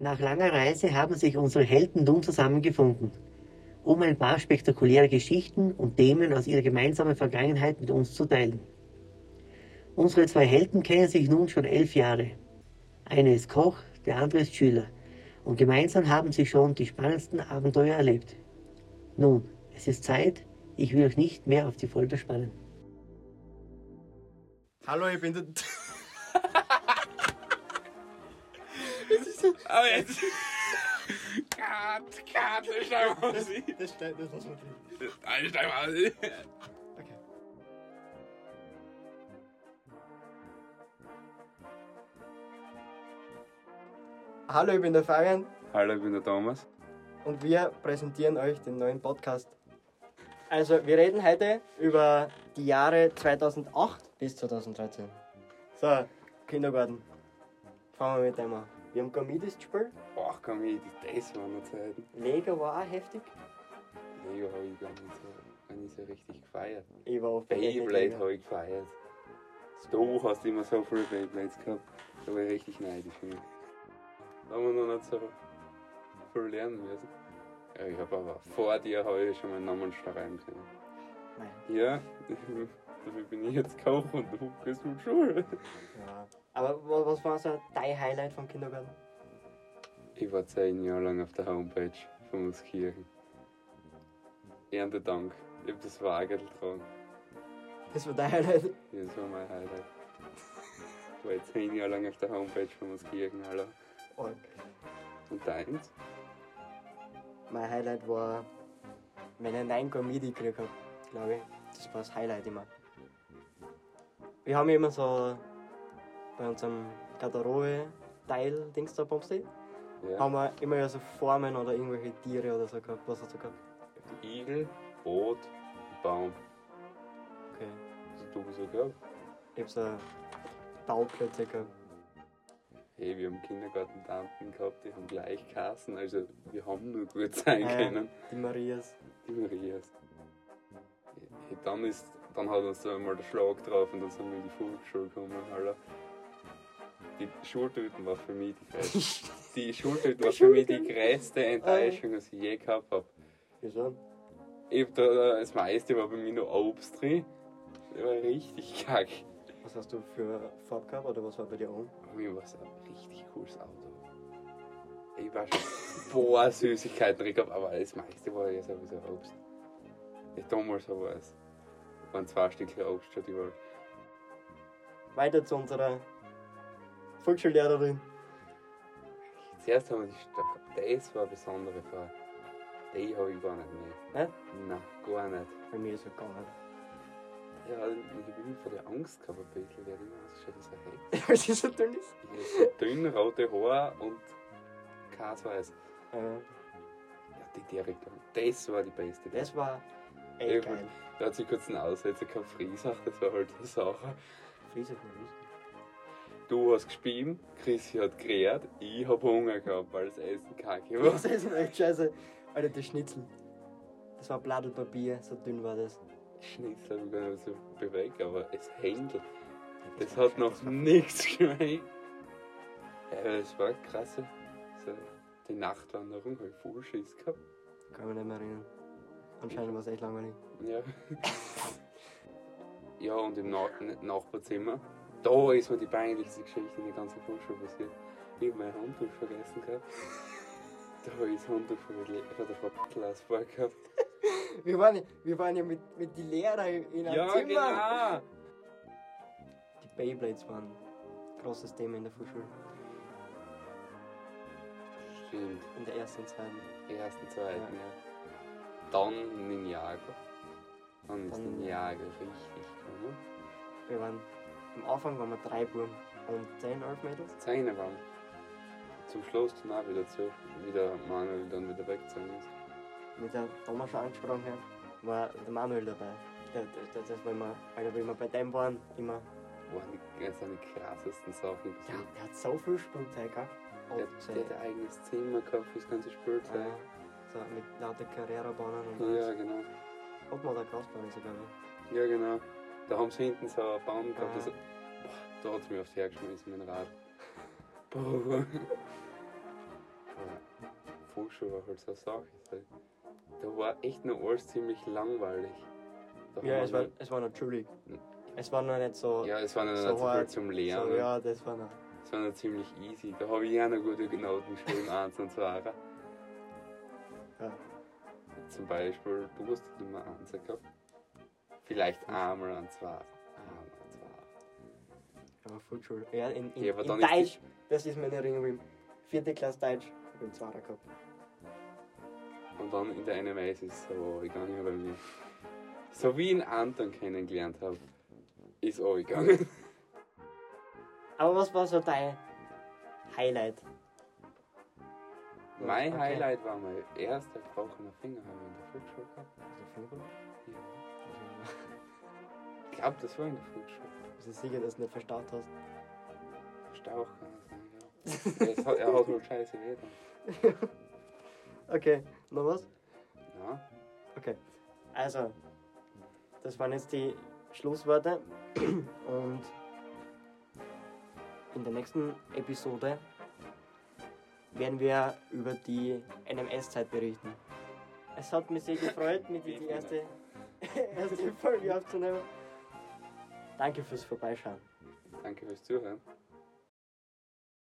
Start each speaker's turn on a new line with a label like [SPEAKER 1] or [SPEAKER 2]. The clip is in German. [SPEAKER 1] Nach langer Reise haben sich unsere Helden nun zusammengefunden, um ein paar spektakuläre Geschichten und Themen aus ihrer gemeinsamen Vergangenheit mit uns zu teilen. Unsere zwei Helden kennen sich nun schon elf Jahre. Einer ist Koch, der andere ist Schüler. Und gemeinsam haben sie schon die spannendsten Abenteuer erlebt. Nun, es ist Zeit, ich will euch nicht mehr auf die Folter spannen.
[SPEAKER 2] Hallo, ich bin der.
[SPEAKER 3] Aber jetzt. Cut, cut, einstein mal
[SPEAKER 2] Das,
[SPEAKER 3] sie.
[SPEAKER 2] das, steht- das lassen wir drin.
[SPEAKER 3] Einstein mal sie.
[SPEAKER 2] Okay. Hallo, ich bin der Fabian
[SPEAKER 3] Hallo, ich bin der Thomas.
[SPEAKER 2] und wir präsentieren euch den neuen Podcast. Also, wir reden heute über die Jahre 2008 bis 2013. So, Kindergarten. Fangen wir mit dem an. Wir haben Gamitis gespielt.
[SPEAKER 3] Boah, komm ich, das war eine Zeit.
[SPEAKER 2] Lego war auch heftig.
[SPEAKER 3] Lego habe ich gar nicht so, gar nicht so richtig gefeiert.
[SPEAKER 2] Ich war auf
[SPEAKER 3] Beyblade habe ich gefeiert. Du hast immer so viele Beyblades gehabt. Da war ich richtig neidisch. Ja. Da haben wir noch nicht so viel lernen müssen. Ja, ich habe aber vor dir habe ich schon meinen Namen schreiben können.
[SPEAKER 2] Nein.
[SPEAKER 3] Ja, dafür bin ich jetzt Koch und du bist mit Schule.
[SPEAKER 2] Ja. Aber wa- was war so dein Highlight vom Kindergarten?
[SPEAKER 3] Ich war zehn Jahre lang auf der Homepage von Muskirchen. Erntedank. Ich habe das Wagel getragen.
[SPEAKER 2] Das war dein Highlight.
[SPEAKER 3] Ja, Das war mein Highlight. Ich war jetzt zehn Jahre lang auf der Homepage von Muskirchen, hallo.
[SPEAKER 2] Org.
[SPEAKER 3] Und deins?
[SPEAKER 2] Mein Highlight war, wenn ich nein Comedy gekriegt habe, glaube ich. Das war das Highlight immer. Wir haben immer so bei unserem Garderobe-Teil, Dings da, Bumsy, haben
[SPEAKER 3] Ja.
[SPEAKER 2] wir immer ja so Formen oder irgendwelche Tiere oder so gehabt. Was hast du gehabt?
[SPEAKER 3] Igel, Boot, Baum.
[SPEAKER 2] Okay.
[SPEAKER 3] Das hast du so gehabt.
[SPEAKER 2] Ich hab so Bauklötze gehabt.
[SPEAKER 3] Hey, wir haben Kindergartentanten gehabt, die haben gleich Kassen, also wir haben nur gut sein
[SPEAKER 2] Ah ja,
[SPEAKER 3] können.
[SPEAKER 2] Die Marias.
[SPEAKER 3] Die Marias. Ja, Dann, ist, dann hat uns da mal der Schlag drauf und dann sind wir in die Volksschule gekommen. Alter. Die Schultüten war für mich die, größte- die Schultüten Ah. war für mich die größte Enttäuschung, was ich je gehabt habe.
[SPEAKER 2] Wieso?
[SPEAKER 3] Ich hab da, das meiste war bei mir nur Obst drin. Das war richtig kack.
[SPEAKER 2] Was hast du für Farbe gehabt oder was war bei dir an?
[SPEAKER 3] Aber mir war es ein richtig cooles Auto. Ich war schon boah Süßigkeiten drin gehabt, aber das meiste war ja sowieso Obst. Ja, damals war es. Waren zwei Stückchen Obst schon die Welt.
[SPEAKER 2] Weiter zu unserer Volksschullehrerin.
[SPEAKER 3] Zuerst haben wir die Stadt. Das war eine besondere Frage. Die habe ich gar nicht mehr.
[SPEAKER 2] Hä?
[SPEAKER 3] Nein, gar nicht.
[SPEAKER 2] Bei mir ist er gegangen.
[SPEAKER 3] Ja, ich habe irgendwie vor der Angst gehabt, ein bisschen. Der hat immer ausgeschaut, dass er hält.
[SPEAKER 2] Weil sie so dünn ist.
[SPEAKER 3] Ich habe dünn rote Haare und keins weiß.
[SPEAKER 2] Äh,
[SPEAKER 3] Ja, die direkt. Das war die beste.
[SPEAKER 2] das war echt
[SPEAKER 3] Eben.
[SPEAKER 2] geil.
[SPEAKER 3] Da hat sie kurz einen Aussetzer gehabt, Friesach, das war halt eine Sache.
[SPEAKER 2] Friese ist nicht wichtig.
[SPEAKER 3] Du hast gespielt, Chrissy hat gerät, ich hab Hunger gehabt, weil das Essen kacke war.
[SPEAKER 2] Das ist echt scheiße. Alter, das Schnitzel. Das war Blattl-Papier, so dünn war das.
[SPEAKER 3] Schnitzel hab ich gar nicht so bewegt, aber es Händel, das hat noch nichts gemeint. Ja, das war krass. So, die Nachtwanderung hab ich voll Schiss gehabt.
[SPEAKER 2] Kann mich nicht mehr erinnern. Anscheinend war es echt langweilig.
[SPEAKER 3] Ja. ja, und im Na Nachbarzimmer, da ist mir die peinlichste Geschichte in der ganzen Vorschule passiert. Ich habe mein Handtuch vergessen gehabt. Da habe ich das Handtuch von der, Le- von der Frau Klaas gehabt.
[SPEAKER 2] Wir waren, ja- wir waren ja mit, mit den Lehrern in einem Zimmer. Die Beyblades waren ein großes Thema in der Vorschule.
[SPEAKER 3] Stimmt,
[SPEAKER 2] In der ersten und zweiten.
[SPEAKER 3] die ersten, zweiten, ja. Dann Ninjago. Dann ist
[SPEAKER 2] Dann
[SPEAKER 3] Ninjago richtig gekommen.
[SPEAKER 2] Wir waren, am Anfang waren wir drei Buben und zehn, elf Mädels.
[SPEAKER 3] Zähne waren. Zum Schluss dann auch wieder zu, wie der Manuel dann wieder weggezogen ist.
[SPEAKER 2] mit der Thomas schon angesprochen hat, war der Manuel dabei. Der, der, der, das war immer, also wenn wir bei dem waren, immer,
[SPEAKER 3] waren die, das sind die krassesten Sachen.
[SPEAKER 2] ja, der hat so viel Spielzeit gehabt.
[SPEAKER 3] Der,
[SPEAKER 2] Oft
[SPEAKER 3] der hat ein eigenes Zimmer gehabt fürs ganze Spielzeug.
[SPEAKER 2] äh, so mit lauter Carrera-Bahnen und
[SPEAKER 3] Ja,
[SPEAKER 2] alles.
[SPEAKER 3] genau.
[SPEAKER 2] Ob man da Crossbahn sogar ne? nicht.
[SPEAKER 3] Ja, genau. Da haben sie hinten so einen Baum gehabt.
[SPEAKER 2] Ah.
[SPEAKER 3] Das, boah, da hat es mich aufs Herz geschmissen, mein Rad. Boah. Volksschule war halt so eine Sache. Da war echt noch alles ziemlich langweilig. Da
[SPEAKER 2] Ja,
[SPEAKER 3] haben
[SPEAKER 2] es
[SPEAKER 3] wir
[SPEAKER 2] war, es war noch chillig. Es war noch nicht so.
[SPEAKER 3] noch- Hm. ja, es war noch nicht
[SPEAKER 2] so
[SPEAKER 3] so viel
[SPEAKER 2] hart,
[SPEAKER 3] zum
[SPEAKER 2] so
[SPEAKER 3] Lernen.
[SPEAKER 2] ja das war noch.
[SPEAKER 3] Es war noch ziemlich easy. Da habe ich auch noch gute Noten geschrieben, 1 und 2.
[SPEAKER 2] Ja.
[SPEAKER 3] Zum Beispiel, du hast die Nummer 1 gehabt. Vielleicht einmal ein 2. Einmal ein 2.
[SPEAKER 2] Aber Volksschule. Ja, in, in,
[SPEAKER 3] Ja, aber
[SPEAKER 2] in
[SPEAKER 3] dann ist
[SPEAKER 2] Deutsch, das ist meine Erinnerung. Vierte Klasse Deutsch, ich bin Zwarer gehabt.
[SPEAKER 3] Und dann in der NMA ist es so gegangen bei mir. So wie ich ihn Anton kennengelernt habe, ist es gegangen.
[SPEAKER 2] Aber was war so dein Highlight?
[SPEAKER 3] mein
[SPEAKER 2] Okay.
[SPEAKER 3] Highlight war mein erster gebrochener Finger haben wir in der Flugschule gehabt.
[SPEAKER 2] Also,
[SPEAKER 3] Ja. Ich glaube, das war in der Flugschule.
[SPEAKER 2] Bist du sicher, dass du nicht verstaut hast?
[SPEAKER 3] Stauch kann das sein, ja. Es hat, er hat nur scheiße weh.
[SPEAKER 2] Okay, noch was?
[SPEAKER 3] Ja.
[SPEAKER 2] Okay, also, das waren jetzt die Schlussworte und in der nächsten Episode werden wir über die NMS-Zeit berichten. Es hat mich sehr gefreut, mit dir die erste, erste Folge aufzunehmen. Danke fürs Vorbeischauen.
[SPEAKER 3] Danke fürs Zuhören.